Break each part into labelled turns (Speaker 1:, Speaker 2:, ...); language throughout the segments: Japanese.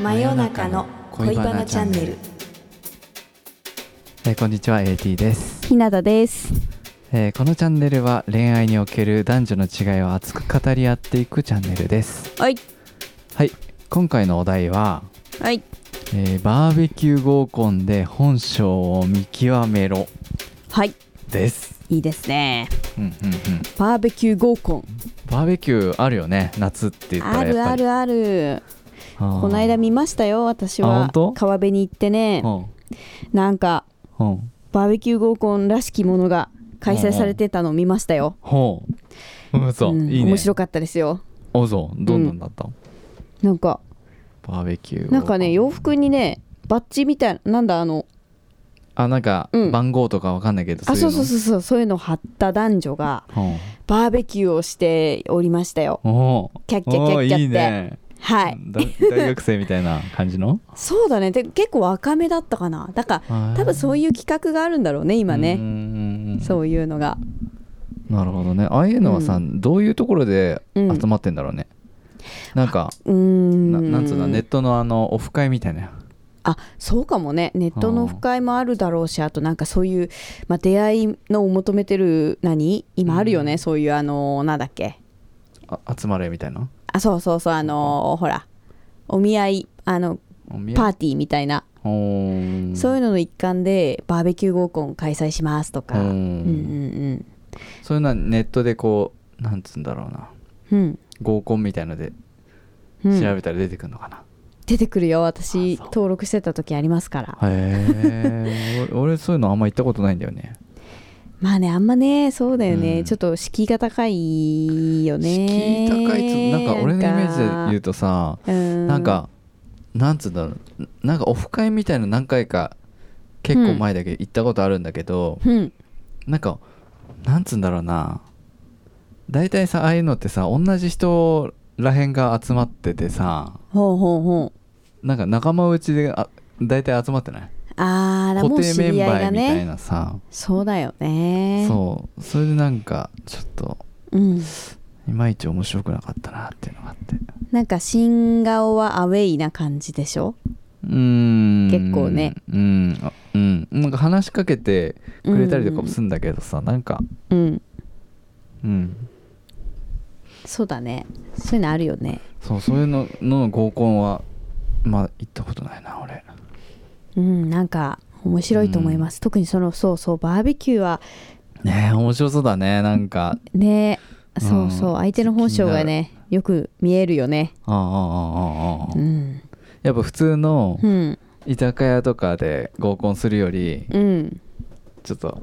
Speaker 1: 真夜中の恋バナチャンネル
Speaker 2: えーこんにちは AT です、
Speaker 3: ひなたです。
Speaker 2: えーこのチャンネルは恋愛における男女の違いを熱く語り合っていくチャンネルです
Speaker 3: はい。
Speaker 2: はい今回のお題は、
Speaker 3: はい。
Speaker 2: えーバーベキュー合コンで本性を見極めろ
Speaker 3: はい。
Speaker 2: です
Speaker 3: いいですね。
Speaker 2: うんうんうん
Speaker 3: バーベキュー合コン。
Speaker 2: バーベキューあるよね夏って言った
Speaker 3: あ
Speaker 2: らやっ
Speaker 3: る
Speaker 2: ぱ
Speaker 3: あ
Speaker 2: り
Speaker 3: るある。
Speaker 2: あー
Speaker 3: この間見ましたよ、私
Speaker 2: あ本
Speaker 3: は
Speaker 2: 当。
Speaker 3: 川辺に行ってね
Speaker 2: う、ん
Speaker 3: なんか
Speaker 2: うん
Speaker 3: バーベキュー合コンらしきものが開催されてたのを見ましたよ。
Speaker 2: ほううんそう、
Speaker 3: ん
Speaker 2: いいね
Speaker 3: 面白かったですよ。
Speaker 2: おそうどんなんだった、
Speaker 3: なんか、
Speaker 2: バーベキュー合コン
Speaker 3: なんかね、洋服にね、バッジみたいな、なんだあの、
Speaker 2: あなんか
Speaker 3: うん
Speaker 2: 番号とかわかんないけど、
Speaker 3: あ、そうそう
Speaker 2: う
Speaker 3: そうそう、そういうのを貼った男女が
Speaker 2: いうの
Speaker 3: バーベキューをしておりましたよ。
Speaker 2: うんおー
Speaker 3: キャッキャキャッキャって。
Speaker 2: おーいいね
Speaker 3: はい。
Speaker 2: だ大学生みたいな感じ の
Speaker 3: そうだねで結構若めだったかなだから多分そうういう企画があるんだろうね今ね
Speaker 2: ね
Speaker 3: そういうのが
Speaker 2: なるほどねああいうのはさ、
Speaker 3: う
Speaker 2: どういうところで
Speaker 3: うん
Speaker 2: 集まってんだろうね、なんか
Speaker 3: うーん
Speaker 2: ななんつうのネットのあのオフ会みたいな
Speaker 3: あそうかもねネットのオフ会もあるだろうしあとなんかそういう、まあ、出会いのを求めてる何今あるよね、そういうあのーなんだっけ
Speaker 2: あ集まれみたいな
Speaker 3: あそうそうそうあのーほらお見合いあの
Speaker 2: お見合い
Speaker 3: パーティーみたいな、
Speaker 2: おー
Speaker 3: そういうのの一環でバーベキュー合コン開催しますとか、
Speaker 2: う
Speaker 3: うんん、うん
Speaker 2: そういうのはネットでこうなんつうんだろうな
Speaker 3: うんうん
Speaker 2: 合コンみたいので
Speaker 3: うん
Speaker 2: 調べたら出てくるのかな、
Speaker 3: 出てくるよ私
Speaker 2: あそう
Speaker 3: 登録してた時ありますから
Speaker 2: へえ 俺そういうのあんま行ったことないんだよね
Speaker 3: まあねあんまねそうだよね、
Speaker 2: うん
Speaker 3: ちょっと敷居が高いよね
Speaker 2: 敷居高いっつうなんか俺のイメージで言う
Speaker 3: う
Speaker 2: とさ
Speaker 3: うん
Speaker 2: なんかなんつうんだろうなんかオフ会みたいな何回か結構前だけど行ったことあるんだけど、
Speaker 3: うん
Speaker 2: なんかなんつうんだろうな大体さああいうのってさ同じ人らへんが集まっててさ
Speaker 3: ほうほうほう
Speaker 2: なんか仲間内であ大体集まってない
Speaker 3: あーだからも
Speaker 2: 固
Speaker 3: う
Speaker 2: 定
Speaker 3: 知
Speaker 2: メン
Speaker 3: り合
Speaker 2: バ
Speaker 3: いが
Speaker 2: ーみたい
Speaker 3: ね
Speaker 2: なさ、
Speaker 3: そうだよね
Speaker 2: そうそれでなんかちょっと
Speaker 3: う、ん、
Speaker 2: いまいち面白くなかったなっていうのがあって
Speaker 3: なんか新顔はアウェイな感じでしょ、
Speaker 2: うーん
Speaker 3: 結構ね
Speaker 2: うんあうんなんか話しかけて
Speaker 3: うん、
Speaker 2: くれたりとかもするんだけどさ、なんか
Speaker 3: うん
Speaker 2: うん
Speaker 3: そうだねそういうのあるよね
Speaker 2: そうそういうのの合コンはまあ行ったことないな俺
Speaker 3: うんなんか面白いと思います、特にそのそうそうバーベキューは
Speaker 2: ねえ面白そうだねなんか
Speaker 3: ねそう
Speaker 2: う
Speaker 3: そ
Speaker 2: ん
Speaker 3: う相手の本性がねよく見えるよね
Speaker 2: ああああああああ
Speaker 3: うん
Speaker 2: やっぱ普通の
Speaker 3: うん
Speaker 2: 居酒屋とかで合コンするより
Speaker 3: うん
Speaker 2: ちょっと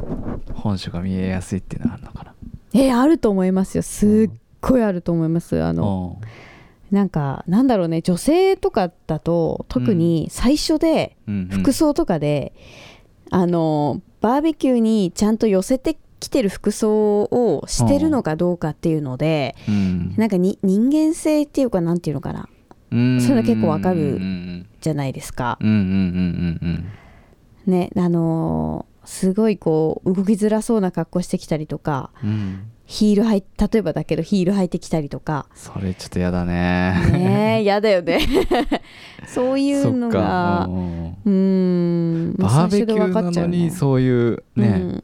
Speaker 2: 本性が見えやすいっていうのはあるのかな
Speaker 3: えあると思いますよすっごいあると思いますあの
Speaker 2: うん
Speaker 3: なんかなんだろうね女性とかだと特に最初で
Speaker 2: うんうん
Speaker 3: 服装とかで、あのバーベキューにちゃんと寄せてきてる服装をしてるのかどうかっていうので、
Speaker 2: うん
Speaker 3: なんかに人間性っていうかなんていうのかな
Speaker 2: うん
Speaker 3: それは結構わかる
Speaker 2: うん
Speaker 3: じゃないですか
Speaker 2: うんうんうんうん
Speaker 3: ねあのすごいこう動きづらそうな格好してきたりとか
Speaker 2: うんうん
Speaker 3: ヒール履い例えばだけどヒール履いてきたりと か
Speaker 2: それちょっとやだね
Speaker 3: ねえ嫌だよ ねそういうの
Speaker 2: そっか
Speaker 3: が
Speaker 2: うんうんうん
Speaker 3: うーんま
Speaker 2: バ
Speaker 3: あ
Speaker 2: ーベ
Speaker 3: 最初
Speaker 2: キ
Speaker 3: で
Speaker 2: ュ
Speaker 3: 分
Speaker 2: ー
Speaker 3: か
Speaker 2: な
Speaker 3: っちゃ
Speaker 2: の
Speaker 3: う
Speaker 2: に
Speaker 3: ね
Speaker 2: そういうね、
Speaker 3: うん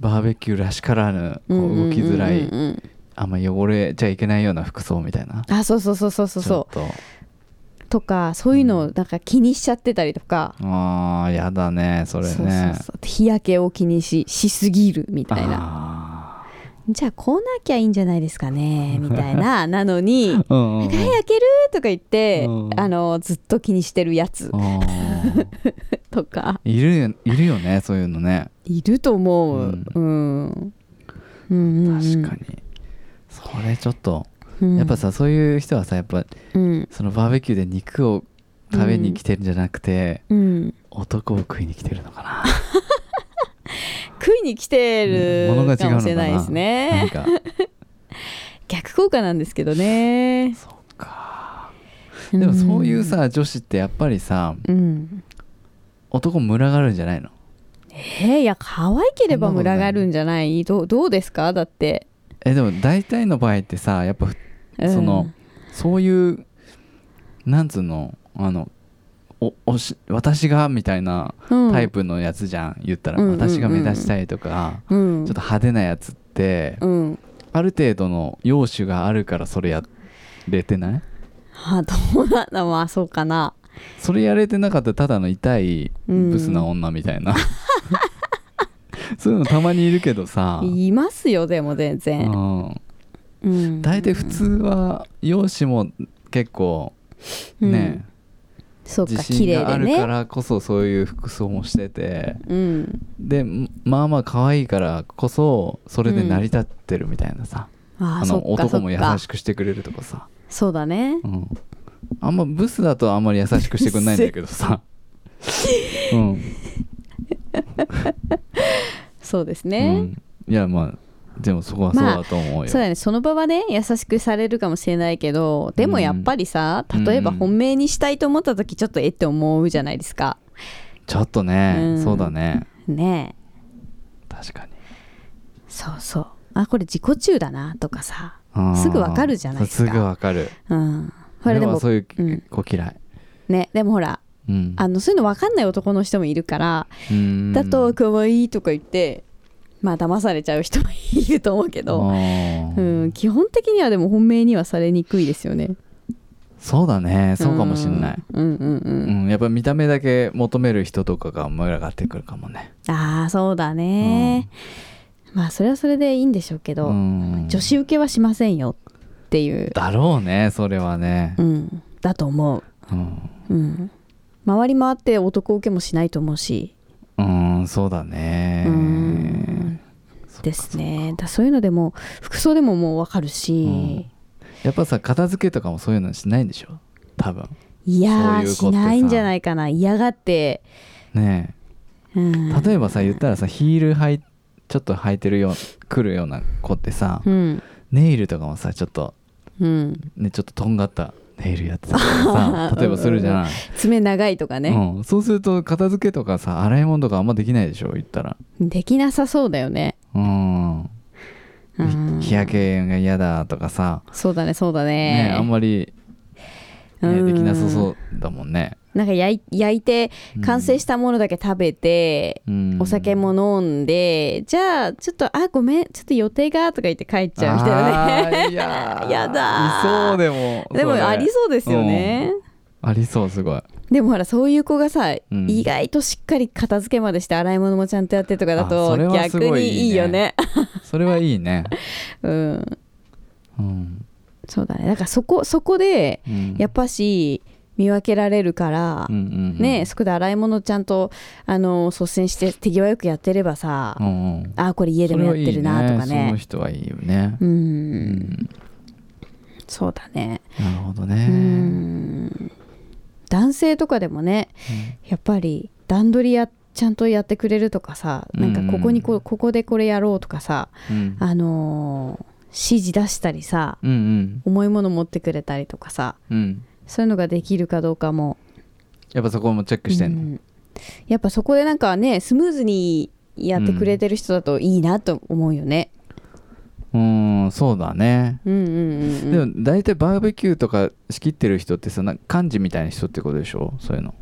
Speaker 2: バーベキューらしからぬこ
Speaker 3: うんうんうん
Speaker 2: う
Speaker 3: うん
Speaker 2: 動きづらい
Speaker 3: うん
Speaker 2: あんま汚れちゃいけないような服装みたいな
Speaker 3: あそうそうそうそうそうそう
Speaker 2: ちょっ
Speaker 3: うとかそういうのをなんか気にしちゃってたりとか、
Speaker 2: とあーやだねそれね
Speaker 3: そうそうそう日焼けを気にししすぎるみたいな
Speaker 2: あ
Speaker 3: じゃあこうなきゃいいんじゃないですかねみたい ななのに
Speaker 2: ーうんうんうん
Speaker 3: 「焼ける!」とか言って、
Speaker 2: うん
Speaker 3: あのずっと気にしてるやつ
Speaker 2: あー
Speaker 3: とか
Speaker 2: いるよいるよねそういうのね
Speaker 3: いると思う
Speaker 2: う
Speaker 3: うん、うんうんうん、
Speaker 2: 確かに、それちょっと
Speaker 3: うん、
Speaker 2: やっぱさそういう人はさやっぱ
Speaker 3: うん
Speaker 2: そのバーベキューで肉を食べに来てるんじゃなくて、
Speaker 3: うん、
Speaker 2: 男を食いに来てるのかな
Speaker 3: 食いに来て
Speaker 2: 物が
Speaker 3: る
Speaker 2: 違うのか
Speaker 3: か
Speaker 2: な
Speaker 3: もしれないです
Speaker 2: な
Speaker 3: ね
Speaker 2: んか
Speaker 3: 逆効果なんですけどね
Speaker 2: そっか でもそういうさ、女子ってやっぱりさ
Speaker 3: うん
Speaker 2: 男群がるんじゃないの
Speaker 3: えー、いや可愛ければ群がるんじゃないどうどうですかだって、
Speaker 2: えでも大体の場合ってさやっぱふ
Speaker 3: うん
Speaker 2: そのそういうなんつうのあのおおし私がみたいな
Speaker 3: うん
Speaker 2: タイプのやつじゃん言った
Speaker 3: う
Speaker 2: ら、
Speaker 3: んうんうん
Speaker 2: 私が目指したいとか、
Speaker 3: うん
Speaker 2: ちょっと派手なやつって、
Speaker 3: うん
Speaker 2: ある程度の要種があるからそれやれてない
Speaker 3: あどうなんだ まあそうかな
Speaker 2: それやれてなかったらただの痛いブスな女みたいな、 そういうのたまにいるけどさ、
Speaker 3: いますよでも全
Speaker 2: う
Speaker 3: 然、
Speaker 2: ん、
Speaker 3: うん、
Speaker 2: 大体普通は容姿も結構
Speaker 3: うん
Speaker 2: ね、
Speaker 3: そうか
Speaker 2: 自
Speaker 3: 綺
Speaker 2: 信
Speaker 3: 麗
Speaker 2: があ
Speaker 3: で
Speaker 2: るか
Speaker 3: ね
Speaker 2: らこそそういう服装もしてて
Speaker 3: うん
Speaker 2: でまあまあ可愛いからこそそれで成り立ってるみたいなさ、
Speaker 3: あ
Speaker 2: あ
Speaker 3: あそっ
Speaker 2: の
Speaker 3: かそ
Speaker 2: 男も
Speaker 3: っ
Speaker 2: 優
Speaker 3: か
Speaker 2: しくしてくれるとかさ、
Speaker 3: そうだね
Speaker 2: うん、あんまブスだとあんまり優しくしてくれないんだけ どさ、うん
Speaker 3: そうです
Speaker 2: う
Speaker 3: ね、
Speaker 2: ん、いやまあでもそこはそうだと思うよ、
Speaker 3: そうだねその場はね優しくされるかもしれないけどでもやっぱりさ、
Speaker 2: うん
Speaker 3: 例えば
Speaker 2: うん
Speaker 3: 本命にしたいと思った時ちょっとえって思うじゃないですか
Speaker 2: ちょっとね、
Speaker 3: うん
Speaker 2: そうだね
Speaker 3: ね
Speaker 2: 確かに
Speaker 3: えそうそうあこれ自己中だなとかさ
Speaker 2: うん
Speaker 3: すぐわかるじゃないですか
Speaker 2: そうすぐわかる
Speaker 3: うんこ
Speaker 2: 俺
Speaker 3: れで
Speaker 2: は
Speaker 3: も
Speaker 2: そういう
Speaker 3: うん
Speaker 2: 子嫌い、
Speaker 3: ねでもほら
Speaker 2: うん、
Speaker 3: あのそういうのわかんない男の人もいるから
Speaker 2: うん
Speaker 3: だと可愛いとか言ってまあ騙されちゃう人もいると思うけど、う
Speaker 2: うん
Speaker 3: ん、基本的にはでも本命にはされにくいですよね
Speaker 2: そうだねそうかもしんない、
Speaker 3: うんうんう、
Speaker 2: うんんやっぱ見た目だけ求める人とかが群がってくるかもね、
Speaker 3: ああそうだね、まあそれはそれでいいんでしょうけど、
Speaker 2: うん
Speaker 3: 女子受けはしませんよっていう、
Speaker 2: だろうねそれはね
Speaker 3: う、ん、だと思う、
Speaker 2: うん
Speaker 3: うん、回り回って男受けもしないと思うし、
Speaker 2: うんそうだね
Speaker 3: うんですねだそういうのでも服装でももう分かるし、
Speaker 2: やっぱさ片付けとかもそういうのしないんでしょ多分
Speaker 3: いやー
Speaker 2: そういう子
Speaker 3: し
Speaker 2: ってさ
Speaker 3: ないんじゃないかな嫌がって、
Speaker 2: ね
Speaker 3: うん、
Speaker 2: え例えばさ言ったらさヒール履いちょっと履いてるよう来るような子ってさ、
Speaker 3: うん
Speaker 2: ネイルとかもさちょっと
Speaker 3: うん、
Speaker 2: ねちょっととんがったネイルやってたりと かさ例えばするじゃない、
Speaker 3: 爪長いとかね、
Speaker 2: うん、そうすると片付けとかさ洗い物とかあんまできないでしょ言ったら
Speaker 3: できなさそうだよね、
Speaker 2: うん
Speaker 3: うん、
Speaker 2: 日焼けが嫌だとかさ、
Speaker 3: そうだねそうだね
Speaker 2: ねあんまり、ね
Speaker 3: うん
Speaker 2: できなさそうだもんね、
Speaker 3: なんか焼い焼いて
Speaker 2: うん
Speaker 3: 完成したものだけ食べて、
Speaker 2: うん
Speaker 3: お酒も飲んでじゃあちょっとあごめんちょっと予定がとか言って帰っちゃうみたいなね
Speaker 2: あーいや ー
Speaker 3: やだー
Speaker 2: いそうでも
Speaker 3: でも
Speaker 2: それ
Speaker 3: ありそうですよね、
Speaker 2: ありそうすごい
Speaker 3: でもほらそういう子がさ、
Speaker 2: うん
Speaker 3: 意外としっかり片付けまでして洗い物もちゃんとやってとかだ
Speaker 2: あそ
Speaker 3: と
Speaker 2: れはす
Speaker 3: 逆
Speaker 2: ごい
Speaker 3: にいいよね
Speaker 2: それはいいね
Speaker 3: うん
Speaker 2: うん、
Speaker 3: そうだねだからそこそこで
Speaker 2: うん、
Speaker 3: やっぱし見分けられるから、
Speaker 2: うんうんうん
Speaker 3: ねそこで洗い物ちゃんとあの率先して手際よくやってればさ、
Speaker 2: うんうん
Speaker 3: あこれ家でもやってるなとか
Speaker 2: それはいいその
Speaker 3: ね
Speaker 2: 人はいいよね
Speaker 3: う
Speaker 2: うん
Speaker 3: そうだね
Speaker 2: なるほど
Speaker 3: う
Speaker 2: ね
Speaker 3: ん男性とかでもねやっぱり段取りやちゃんとやってくれるとかさなんかここにこ,、ここでこれやろうとかさ
Speaker 2: うん
Speaker 3: あのー指示出したりさ
Speaker 2: うんうん
Speaker 3: 重いもの持ってくれたりとかさ
Speaker 2: うん
Speaker 3: そういうのができるかどうかも
Speaker 2: やっぱそこもチェックしてん
Speaker 3: う
Speaker 2: の
Speaker 3: んやっぱそこでなんかねスムーズにやってくれてる人だといいなと思うよね、
Speaker 2: うんそうだね
Speaker 3: うん、うんうんうん
Speaker 2: でも大体バーベキューとか仕切ってる人ってさなんか幹事みたいな人ってことでしょそういうの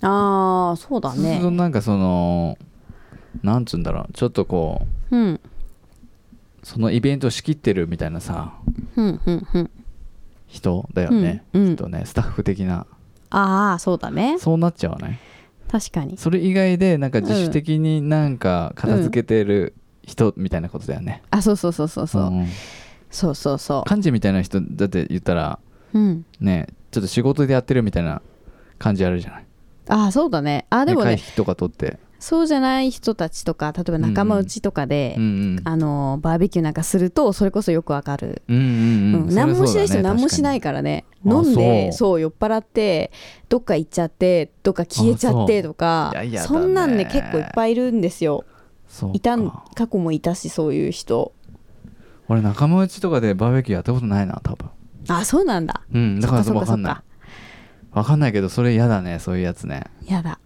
Speaker 3: ああそうだ
Speaker 2: そうす
Speaker 3: ね
Speaker 2: るとなんかそのなんつうんだろうちょっとこう
Speaker 3: うん
Speaker 2: そのイベントを仕切ってるみたいなさ
Speaker 3: うんうんうん
Speaker 2: 人だよね、
Speaker 3: うんうん
Speaker 2: きっとねスタッフ的な
Speaker 3: ああそうだね
Speaker 2: そうなっちゃわない
Speaker 3: 確かに
Speaker 2: それ以外でなんか自主的になんか片付けてる人みたいなことだよね、
Speaker 3: あそうそうそうそうそう、
Speaker 2: ん
Speaker 3: そうそうそ
Speaker 2: 幹事みたいな人だって言ったら
Speaker 3: ううん
Speaker 2: ねちょっと仕事でやってるみたいな感じあるじゃない
Speaker 3: ああそうだねあーでも
Speaker 2: 会
Speaker 3: ね
Speaker 2: 費とか取って
Speaker 3: そうじゃない人たちとか例えば仲間内とかで、
Speaker 2: うんうん
Speaker 3: あのーバーベキューなんかするとそれこそよくわかる、
Speaker 2: うんうん
Speaker 3: う
Speaker 2: うんんそれ
Speaker 3: 何もしない
Speaker 2: そ
Speaker 3: 人
Speaker 2: うだね
Speaker 3: 何もしないか
Speaker 2: 確
Speaker 3: らね
Speaker 2: あ
Speaker 3: 飲んで
Speaker 2: そ
Speaker 3: そう酔っ払ってどっか行っちゃってどっか消えちゃってとか
Speaker 2: あそういや嫌だね
Speaker 3: そんなんね結構いっぱいいるんですよ
Speaker 2: かに
Speaker 3: いた
Speaker 2: そうんか
Speaker 3: 過去もいたしそういう人
Speaker 2: 俺仲間内とかでバーベキューやったことないな多分
Speaker 3: あそうなんだ
Speaker 2: うんだから
Speaker 3: そっ
Speaker 2: 分
Speaker 3: かそ
Speaker 2: か
Speaker 3: っかそっか
Speaker 2: んない分かんないけどそれ嫌だねそういうやつね
Speaker 3: やだ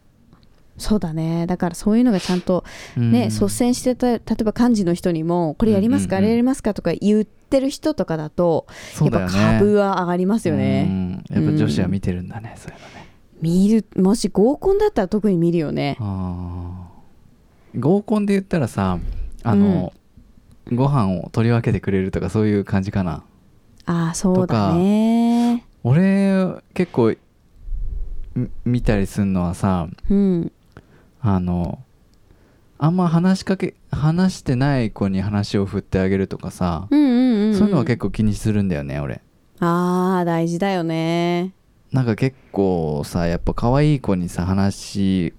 Speaker 3: そうだねだからそういうのがちゃんと
Speaker 2: うん
Speaker 3: ね、率先してた例えば幹事の人にもこれやりますか、
Speaker 2: うんうんう
Speaker 3: あれ
Speaker 2: ん
Speaker 3: やりますかとか言ってる人とかだと
Speaker 2: そうだ
Speaker 3: や
Speaker 2: よ
Speaker 3: っ
Speaker 2: ね
Speaker 3: ぱ株は上がりますよ
Speaker 2: う
Speaker 3: ね
Speaker 2: んやっぱ女子は見てるんだね、そういうのね
Speaker 3: 見るもし合コンだったら特に見るよね
Speaker 2: あー合コンで言ったらさあの、ご飯を取り分けてくれるとかそういう感じかな
Speaker 3: ああそうだね
Speaker 2: 俺結構み見たりすんのはさ
Speaker 3: うん
Speaker 2: あのあんま話しかけ話してない子に話を振ってあげるとかさ、
Speaker 3: うんうんうん、ん、
Speaker 2: そういうのは結構気にするんだよね俺
Speaker 3: あー大事だよね
Speaker 2: なんか結構さやっぱ可愛い子にさ話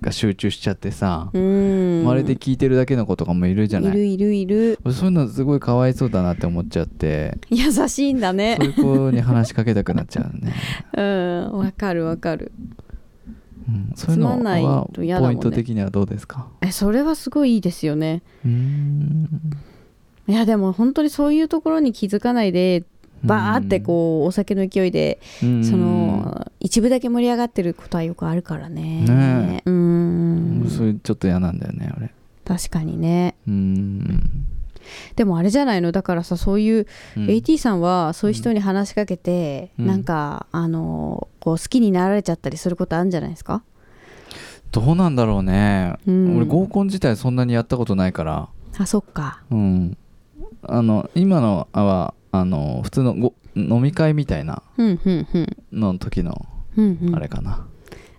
Speaker 2: が集中しちゃってさ、
Speaker 3: うん
Speaker 2: まるで聞いてるだけの子とかもいるじゃない
Speaker 3: るいるいる
Speaker 2: 俺そういうのすごいかわいそうだなって思っちゃって
Speaker 3: 優しいんだね
Speaker 2: そういう子に話しかけたくなっちゃうね、
Speaker 3: うんわかるわかる
Speaker 2: うん、そういうの
Speaker 3: つまんない
Speaker 2: は
Speaker 3: と嫌だ
Speaker 2: ポ
Speaker 3: もん
Speaker 2: イ
Speaker 3: ね
Speaker 2: ント的にはどうですか
Speaker 3: えそれはすごいいいですよね
Speaker 2: うーん
Speaker 3: いやでも本当にそういうところに気づかないでバーってこうお酒の勢いで
Speaker 2: うん
Speaker 3: その一部だけ盛り上がってることはよくあるからね
Speaker 2: ね
Speaker 3: う
Speaker 2: うん
Speaker 3: ん
Speaker 2: それちょっと嫌なんだよね俺
Speaker 3: 確かにね
Speaker 2: うーん
Speaker 3: でもあれじゃないのだからさそういう
Speaker 2: うん
Speaker 3: AT さんはそういう人に話しかけて、
Speaker 2: うん
Speaker 3: なんかあのこう好きになられちゃったりすることあるんじゃないですか、
Speaker 2: どうなんだろうね、
Speaker 3: うん
Speaker 2: 俺合コン自体そんなにやったことないから
Speaker 3: あそっか
Speaker 2: うんあの今のはあの普通のご飲み会みたいな
Speaker 3: うんうんうん
Speaker 2: の時の
Speaker 3: うんうん
Speaker 2: あれかな、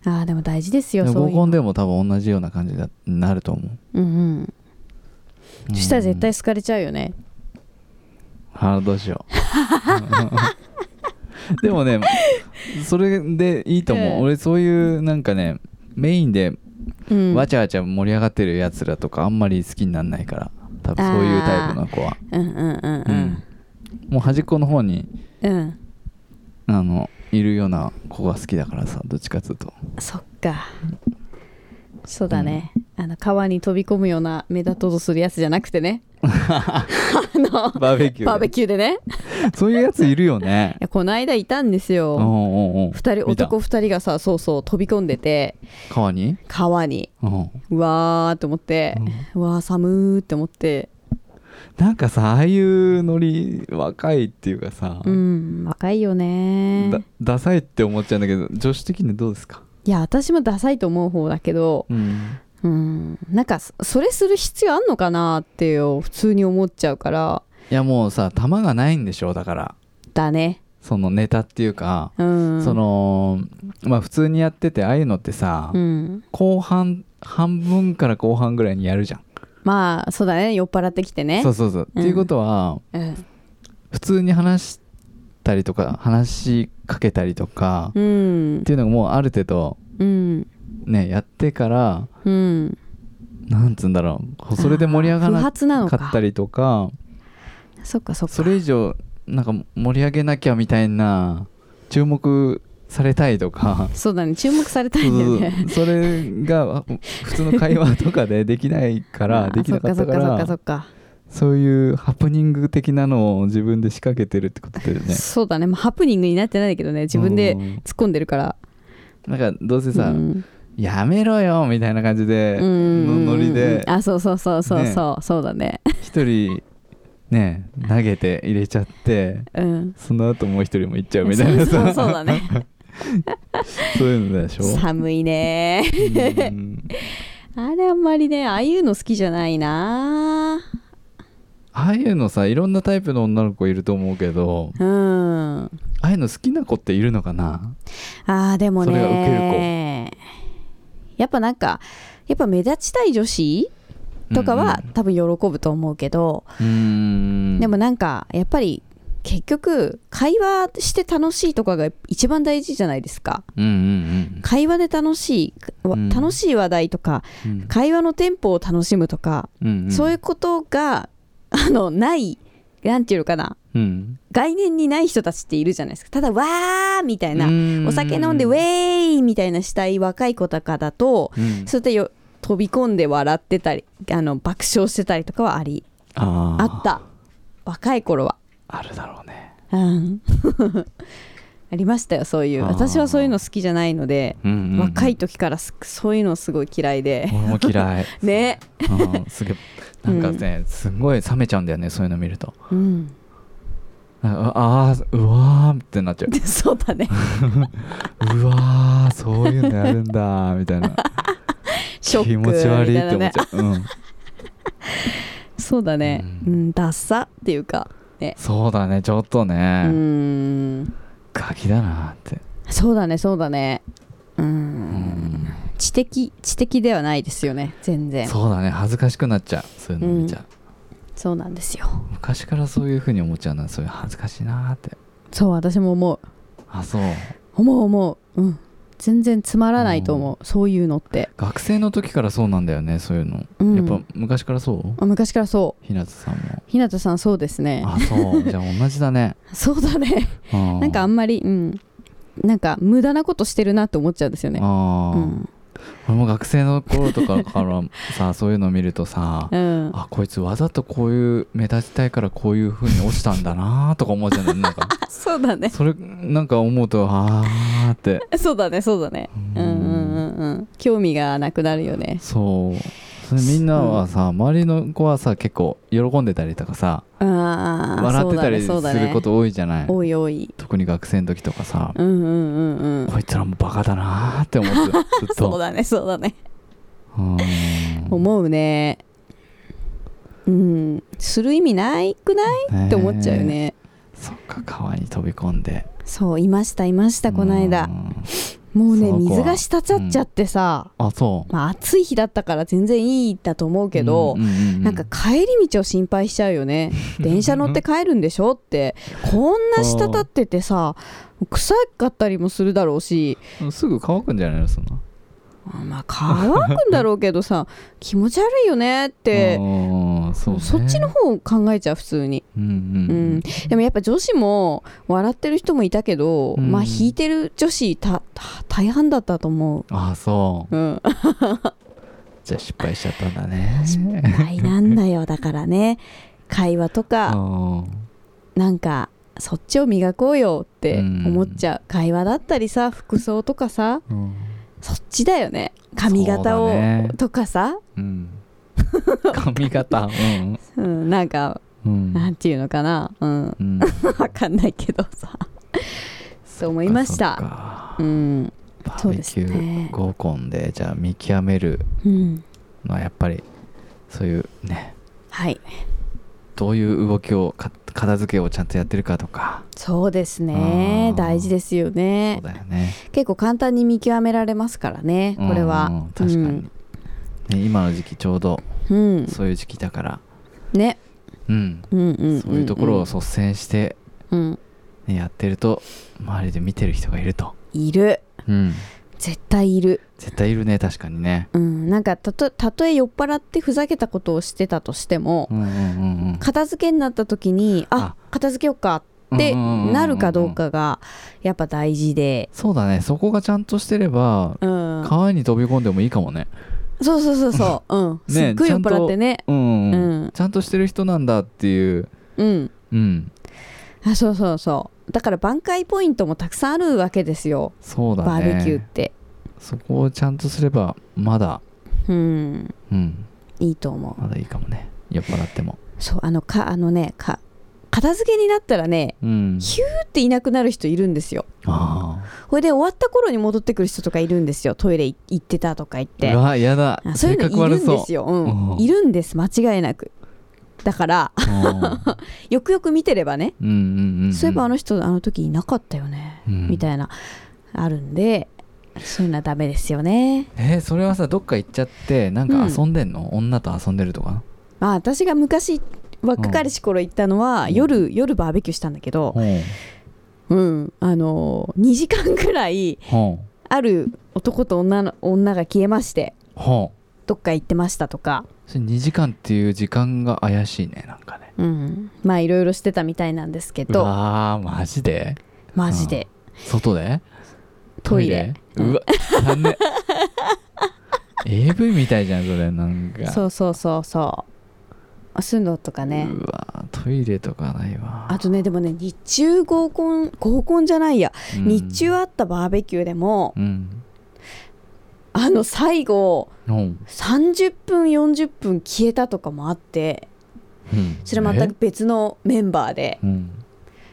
Speaker 3: あーでも大事です
Speaker 2: で
Speaker 3: よ
Speaker 2: も
Speaker 3: そう
Speaker 2: 合
Speaker 3: いうの
Speaker 2: コンでも多分同じような感じになると思
Speaker 3: う
Speaker 2: う
Speaker 3: んうん
Speaker 2: うん
Speaker 3: そしたら絶対好かれちゃうよね
Speaker 2: あどうしよう でもねそれでいいと思う、
Speaker 3: うん
Speaker 2: 俺そういうなんかねメインで
Speaker 3: うん
Speaker 2: わちゃわちゃ盛り上がってるやつらとかあんまり好きになんないから多分そういうタイプの子は、
Speaker 3: うんうんうん
Speaker 2: う
Speaker 3: うんん、
Speaker 2: もう端っこの方に
Speaker 3: うん
Speaker 2: あのいるような子が好きだからさどっちかっつうと
Speaker 3: そっかそうだね、あの川に飛び込むような目立とうとするやつじゃなくて ねあの
Speaker 2: バーベキュー
Speaker 3: バーベキューでねい
Speaker 2: そういうやついる よね
Speaker 3: やこの間いたんです
Speaker 2: お
Speaker 3: よ
Speaker 2: うんうんうん
Speaker 3: 二人
Speaker 2: 見た
Speaker 3: 男2人がさそうそう飛び込んでて
Speaker 2: 川に、
Speaker 3: 川に
Speaker 2: うん、
Speaker 3: うわーって思って、うわー寒ーって思って
Speaker 2: なんかさああいうノリ若いっていうかさ、
Speaker 3: うん若いよね
Speaker 2: だダサいって思っちゃうんだけど女子的にどうですか、
Speaker 3: いや私もダサいと思う方だけど
Speaker 2: うん、
Speaker 3: うんなんかそそれする必要あんのかなってよ普通に思っちゃうから
Speaker 2: いやもうさ玉がないんでしょだから
Speaker 3: だね
Speaker 2: そのネタっていうか、
Speaker 3: うん
Speaker 2: そのまあ普通にやっててああいうのってさ、
Speaker 3: うん
Speaker 2: 後半半分から後半ぐらいにやるじゃん
Speaker 3: まあそうだね酔っ払ってきてね
Speaker 2: そうそうそう、
Speaker 3: うん
Speaker 2: っていうことは
Speaker 3: うん
Speaker 2: 普通に話したりとか話しかけたりとか、
Speaker 3: う
Speaker 2: っ
Speaker 3: ん
Speaker 2: ていうのがもうある程度
Speaker 3: うん
Speaker 2: ねやってから
Speaker 3: うん
Speaker 2: なんつうんだろうそれで盛り上がら
Speaker 3: あー不
Speaker 2: な
Speaker 3: 発なの
Speaker 2: か
Speaker 3: か
Speaker 2: ったりとか
Speaker 3: そっかそっか
Speaker 2: それ以上なんか盛り上げなきゃみたいな注目されたい とか
Speaker 3: そうだね注目された
Speaker 2: そ
Speaker 3: いんだよ
Speaker 2: う
Speaker 3: ね
Speaker 2: そうそれがあ普通の会話とかでできないか ら
Speaker 3: あ
Speaker 2: できなかったか
Speaker 3: そっかそっかそっ
Speaker 2: ら
Speaker 3: か
Speaker 2: そういうハプニング的なのを自分で仕掛けてるってことだよね。
Speaker 3: そうだね、まあ、ハプニングになってないけどね 自分で
Speaker 2: うん
Speaker 3: 突っ込んでるから
Speaker 2: なんかどうせさ、
Speaker 3: うん
Speaker 2: やめろよみたいな感じで
Speaker 3: うんうんうんうん
Speaker 2: のノリで
Speaker 3: あそうそうそうそう
Speaker 2: ね
Speaker 3: そう、そうだね
Speaker 2: 一人ね投げて入れちゃって
Speaker 3: うん
Speaker 2: その後もう一人も行っちゃうみたいな
Speaker 3: そうそ
Speaker 2: さ
Speaker 3: うそうだね
Speaker 2: そういうのでしょ
Speaker 3: 寒いね
Speaker 2: うん
Speaker 3: あれあんまりねああいうの好きじゃないな
Speaker 2: ああいうのさいろんなタイプの女の子いると思うけど
Speaker 3: うんあ
Speaker 2: ああいうの好きな子っているのかな
Speaker 3: ーでも
Speaker 2: それがウ
Speaker 3: ねやっぱなんかやっぱ目立ちたい女子とかは、多分喜ぶと思うけど、
Speaker 2: うんうん
Speaker 3: でもなんかやっぱり結局会話して楽しいとかが一番大事じゃないですか
Speaker 2: うんうん
Speaker 3: 会話で楽しい、わ
Speaker 2: うん
Speaker 3: 楽しい話題とか
Speaker 2: うん
Speaker 3: 会話のテンポを楽しむとか、
Speaker 2: うんうん
Speaker 3: そういうことが あのないなんていうのかな
Speaker 2: うん
Speaker 3: 概念にない人たちっているじゃないですかただわーみたいな、
Speaker 2: うん
Speaker 3: お酒飲んでウェーイみたいなしたい若い子とかだと、
Speaker 2: うん
Speaker 3: そうやってよ飛び込んで笑ってたりあの爆笑してたりとかはあり
Speaker 2: あ
Speaker 3: あ
Speaker 2: ー
Speaker 3: った若い頃は
Speaker 2: あるだろうね
Speaker 3: うん ありましたよそういう
Speaker 2: あー
Speaker 3: 私はそういうの好きじゃないので、
Speaker 2: うんうんうん
Speaker 3: 若い時からすそういうのすごい嫌いで
Speaker 2: 俺も嫌い
Speaker 3: ね
Speaker 2: うんすげえなんかね、すごい冷めちゃうんだよねそういうの見ると
Speaker 3: うん
Speaker 2: なんかああーうわーってな っちゃう
Speaker 3: でそうだね
Speaker 2: うわーそういうのやるんだみたいな
Speaker 3: ショック
Speaker 2: 気持ち悪いって思っちゃう、うん、
Speaker 3: そうだね
Speaker 2: う
Speaker 3: うんんダッサっていうか
Speaker 2: そうだねちょっと
Speaker 3: う
Speaker 2: ね、
Speaker 3: ーん
Speaker 2: ガキだなって
Speaker 3: そうだねそうだねうー
Speaker 2: うんん
Speaker 3: 知的知的ではないですよね全然
Speaker 2: そうだね恥ずかしくなっちゃうそういうの見ちゃう、
Speaker 3: そうなんですよ
Speaker 2: 昔からそういうふうに思っちゃうなそういう恥ずかしいなーって
Speaker 3: そう私も思う
Speaker 2: あそう
Speaker 3: 思う思ううん全然つまらないと思うそういうのって
Speaker 2: 学生の時からそうなんだよねそういうの、
Speaker 3: うん
Speaker 2: やっぱ昔からそう
Speaker 3: あ昔からそう
Speaker 2: 日向さんも
Speaker 3: 日向さんそうですね
Speaker 2: あ そうじゃあ同じだね
Speaker 3: そうだね
Speaker 2: な
Speaker 3: なんかあ
Speaker 2: ん
Speaker 3: んまりうんなんか無駄なことしてるなって思っちゃうんですよね
Speaker 2: あー、
Speaker 3: うん
Speaker 2: 俺も学生の頃とかからさ そういうの見るとさ
Speaker 3: うん
Speaker 2: あこいつわざとこういう目立ちたいからこういうふうに落ちたんだなーとか思うじゃないなんか
Speaker 3: そうだね
Speaker 2: それなんか思うとあーって
Speaker 3: そうだねそうだねうんうんうんうん興味がなくなるよね
Speaker 2: そうそれみんなはさ、周りの子はさ結構喜んでたりとかさ
Speaker 3: ああ
Speaker 2: 笑ってたりす
Speaker 3: そうだね
Speaker 2: ること多いじゃない、
Speaker 3: 多い多い
Speaker 2: 特に学生の時とかさ、
Speaker 3: うんうんうんうん
Speaker 2: こいつらもバカだなーって思ってたずっと
Speaker 3: そうだねそうだね
Speaker 2: うーん
Speaker 3: 思うねうんする意味ないくない
Speaker 2: ね
Speaker 3: って思っちゃうよね
Speaker 2: そっか川に飛び込んで
Speaker 3: そういましたいましたこの
Speaker 2: う
Speaker 3: 間
Speaker 2: ん
Speaker 3: もうね
Speaker 2: その子は
Speaker 3: 水が滴っちゃってさ、
Speaker 2: あそう
Speaker 3: まあ暑い日だったから全然いいんだと思うけど、
Speaker 2: うんううう
Speaker 3: なんか帰り道を心配しちゃうよ ね電車乗って帰るんでしょってこんな滴っててさ臭かったりもするだろうし
Speaker 2: すぐ乾くんじゃないのそんな
Speaker 3: まあ乾くんだろうけど さ気持ち悪いよねって
Speaker 2: うんそうね
Speaker 3: そっちの方を考えちゃう普通に
Speaker 2: うんうん
Speaker 3: う
Speaker 2: うん
Speaker 3: ん、でもやっぱ女子も笑ってる人もいたけど、
Speaker 2: うん
Speaker 3: まあ引いてる女子たた大半だったと思
Speaker 2: あそう
Speaker 3: う、 うん、
Speaker 2: じゃあ失敗しちゃったんだね
Speaker 3: 大なんだよだからね会話とか
Speaker 2: うん
Speaker 3: なんかそっちを磨こうよって
Speaker 2: うん
Speaker 3: 思っちゃう、会話だったりさ服装とかさ
Speaker 2: うん
Speaker 3: そっちだよね髪型を、
Speaker 2: そうだね
Speaker 3: とかさ、
Speaker 2: うん髪型うん
Speaker 3: うん、なんか
Speaker 2: うん
Speaker 3: なんていうのかな、うん、
Speaker 2: うん
Speaker 3: わかんないけどさそう思いまし
Speaker 2: そったか
Speaker 3: うん
Speaker 2: バー
Speaker 3: そう
Speaker 2: ベ
Speaker 3: です
Speaker 2: キュ
Speaker 3: ね
Speaker 2: ー合コンでじゃあ見極める
Speaker 3: うん
Speaker 2: のはやっぱりそういうね
Speaker 3: はい
Speaker 2: どういう動きをか片付けをちゃんとやってるかとか
Speaker 3: そうですね
Speaker 2: あー
Speaker 3: 大事ですよ
Speaker 2: そう
Speaker 3: ね
Speaker 2: だよね
Speaker 3: 結構簡単に見極められますからねこれ
Speaker 2: う
Speaker 3: は
Speaker 2: ん確かに、ね今の時期ちょうど
Speaker 3: うん、うん
Speaker 2: そういう時期だから
Speaker 3: ね
Speaker 2: うん、
Speaker 3: うんうんん
Speaker 2: そういうところを率先して、
Speaker 3: うん
Speaker 2: ね、やってると周りで見てる人がいると、
Speaker 3: いる
Speaker 2: うん、
Speaker 3: 絶対いる
Speaker 2: 絶対いるね確かにね
Speaker 3: うんなんかたとたとえ酔っ払ってふざけたことをしてたとしても、
Speaker 2: うんうんうんうん
Speaker 3: 片付けになった時にあ片付けようかって
Speaker 2: うんうんうんうんうん
Speaker 3: なるかどうかがやっぱ大事で
Speaker 2: そうだねそこがちゃんとしてれば
Speaker 3: うん
Speaker 2: 川に飛び込んでもいいかもね
Speaker 3: そうそうそう そううんすっごい酔っ払ってね
Speaker 2: うん、うん
Speaker 3: うん
Speaker 2: ちゃんとしてる人なんだっていう
Speaker 3: うん
Speaker 2: うん
Speaker 3: あそうそうそうだから挽回ポイントもたくさんあるわけですよ、
Speaker 2: そうだね
Speaker 3: バーベキューって
Speaker 2: そこをちゃんとすればまだ
Speaker 3: うん
Speaker 2: うん
Speaker 3: いいと思う
Speaker 2: まだいいかもね酔っ払っても
Speaker 3: そうあのかあのねか片付けになったらね
Speaker 2: うん
Speaker 3: ヒューっていなくなる人いるんですよ
Speaker 2: あ
Speaker 3: これで終わった頃に戻ってくる人とかいるんですよトイレ行行ってたとか言っ
Speaker 2: あ
Speaker 3: て
Speaker 2: うわやだ
Speaker 3: あそうい
Speaker 2: 性
Speaker 3: う
Speaker 2: 格
Speaker 3: のいる
Speaker 2: 悪
Speaker 3: ん
Speaker 2: そ
Speaker 3: で
Speaker 2: う
Speaker 3: すようん、
Speaker 2: うん
Speaker 3: いるんです間違いなくだから よくよく見てればね、
Speaker 2: うんうんうんうん
Speaker 3: そういえばあの人あの時いなかったよね、
Speaker 2: うん
Speaker 3: みたいなあるんでそういうのはダメですよね
Speaker 2: えーそれはさどっか行っちゃってなんか遊んでんの、女と遊んでるとか
Speaker 3: まあ私が昔若かりし頃行ったのは、
Speaker 2: うん
Speaker 3: 夜夜バーベキューしたんだけど、
Speaker 2: うん
Speaker 3: うん、あの2時間ぐらい
Speaker 2: ほ
Speaker 3: ある男と女の女が消えまして
Speaker 2: うほう
Speaker 3: どっか行ってましたとか、
Speaker 2: それ2時間っていう時間が怪しいねなんかね
Speaker 3: うん、まあいろいろしてたみたいなんですけ
Speaker 2: う
Speaker 3: ど
Speaker 2: わーマジで
Speaker 3: マジで
Speaker 2: 外で
Speaker 3: トイレ
Speaker 2: トイレうわ汚ね AV みたいじゃんそれなんか
Speaker 3: そうそうそうそうそういうのとかね
Speaker 2: うわトイレとかないわ
Speaker 3: あとねでもね日中合コン合コンじゃないや、
Speaker 2: うん
Speaker 3: 日中あったバーベキューでも
Speaker 2: うん
Speaker 3: あの最後
Speaker 2: うん
Speaker 3: 30分40分消えたとかもあって
Speaker 2: うん
Speaker 3: それまた
Speaker 2: え
Speaker 3: 別のメンバーで
Speaker 2: うん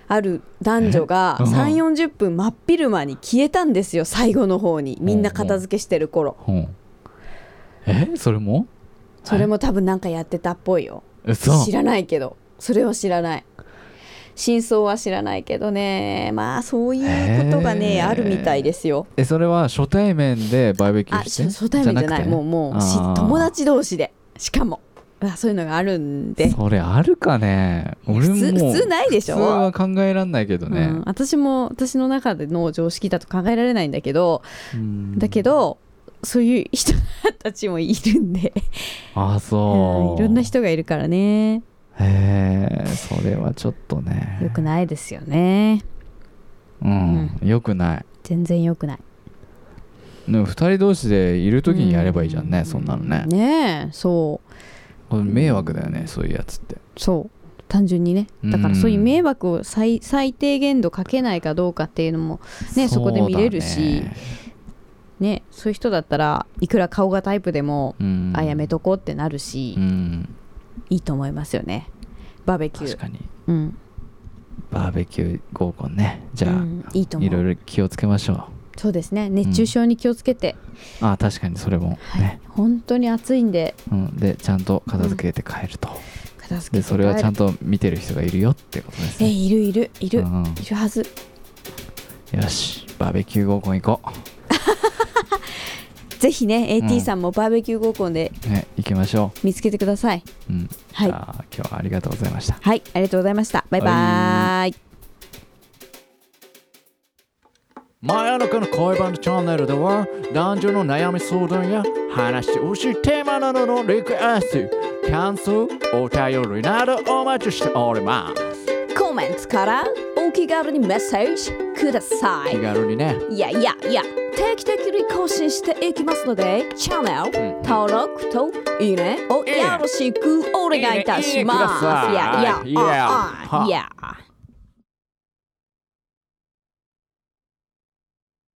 Speaker 3: ある男女が
Speaker 2: えうん
Speaker 3: 3 4 0分真っ昼間に消えたんですよ最後の方にみんな片付けしてる頃
Speaker 2: うんえそれも
Speaker 3: それも多分なんかやってたっぽいよ
Speaker 2: 嘘
Speaker 3: 知らないけどそれは知らない真相は知らないけどねまあそういうことがね、
Speaker 2: へー
Speaker 3: あるみたいですよ
Speaker 2: えそれは初対面でバーベキュ
Speaker 3: あ
Speaker 2: ーして
Speaker 3: 初対面じゃない
Speaker 2: くて
Speaker 3: もうもうし
Speaker 2: あー
Speaker 3: 友達同士でしかもあそういうのがあるんで
Speaker 2: それあるかね俺も
Speaker 3: 普通普通ないでしょ
Speaker 2: 普通は考えらんないけど
Speaker 3: う
Speaker 2: ね
Speaker 3: ん、私も私の中での常識だと考えられないんだけど、
Speaker 2: うん
Speaker 3: だけどそういう人たちもいるんで、
Speaker 2: あ
Speaker 3: うん
Speaker 2: そう
Speaker 3: いろんな人がいるからね
Speaker 2: へえそれはちょっとね
Speaker 3: よくないですよね
Speaker 2: うん、よくない
Speaker 3: 全然よくない
Speaker 2: でも2人同士でいる時にやればいいじゃんね、そんなのね
Speaker 3: ねえそう
Speaker 2: これ迷惑だよねそういうやつって
Speaker 3: そう単純にねだか
Speaker 2: うん
Speaker 3: らそういう迷惑を最最低限度かけないかどうかっていうのもねそこで見れるし
Speaker 2: そうだね
Speaker 3: ねそういう人だったらいくら顔がタイプでも、
Speaker 2: うん
Speaker 3: あやめとこうってなるし、
Speaker 2: うん
Speaker 3: いいと思いますよねバーベキュ
Speaker 2: 確
Speaker 3: ー、
Speaker 2: かに
Speaker 3: うん、
Speaker 2: バーベキュー合コンねじゃあ、
Speaker 3: うんいいと思う
Speaker 2: いろいろ気をつけましょう
Speaker 3: そうですね熱中症に気をつけて、
Speaker 2: あ確かにそれもね、
Speaker 3: 本当に暑いんで
Speaker 2: うん、でちゃんと片付けて帰ると、
Speaker 3: 片付けて
Speaker 2: でそれはちゃん
Speaker 3: と
Speaker 2: と見てる人がいるよってことです
Speaker 3: え
Speaker 2: ね
Speaker 3: いるいるいる、
Speaker 2: うん
Speaker 3: いるはず
Speaker 2: よしバーベキュー合コン行こ
Speaker 3: ぜひね
Speaker 2: うん
Speaker 3: AT さんもバーベキュー合コンで
Speaker 2: うね行きましょ
Speaker 3: 見つけてください、
Speaker 2: う、うん
Speaker 3: はい
Speaker 2: じゃあ今日はありがとうございました
Speaker 3: はいありがとうございましたバイバーイ
Speaker 2: 真夜中の恋バナチャンネルでは男女の悩み相談や話してほしいテーマなどのリクエスト感想お便りなどお待ちしております
Speaker 3: コメントからお気軽にメッセージくださ
Speaker 2: 気
Speaker 3: い。
Speaker 2: 軽にね
Speaker 3: いやいやいや、定期的に更新していきますので、チャンネル登録といいねをよろしくお願いいたします。
Speaker 2: いいねください
Speaker 3: いやいや、ああい
Speaker 2: いや
Speaker 3: や。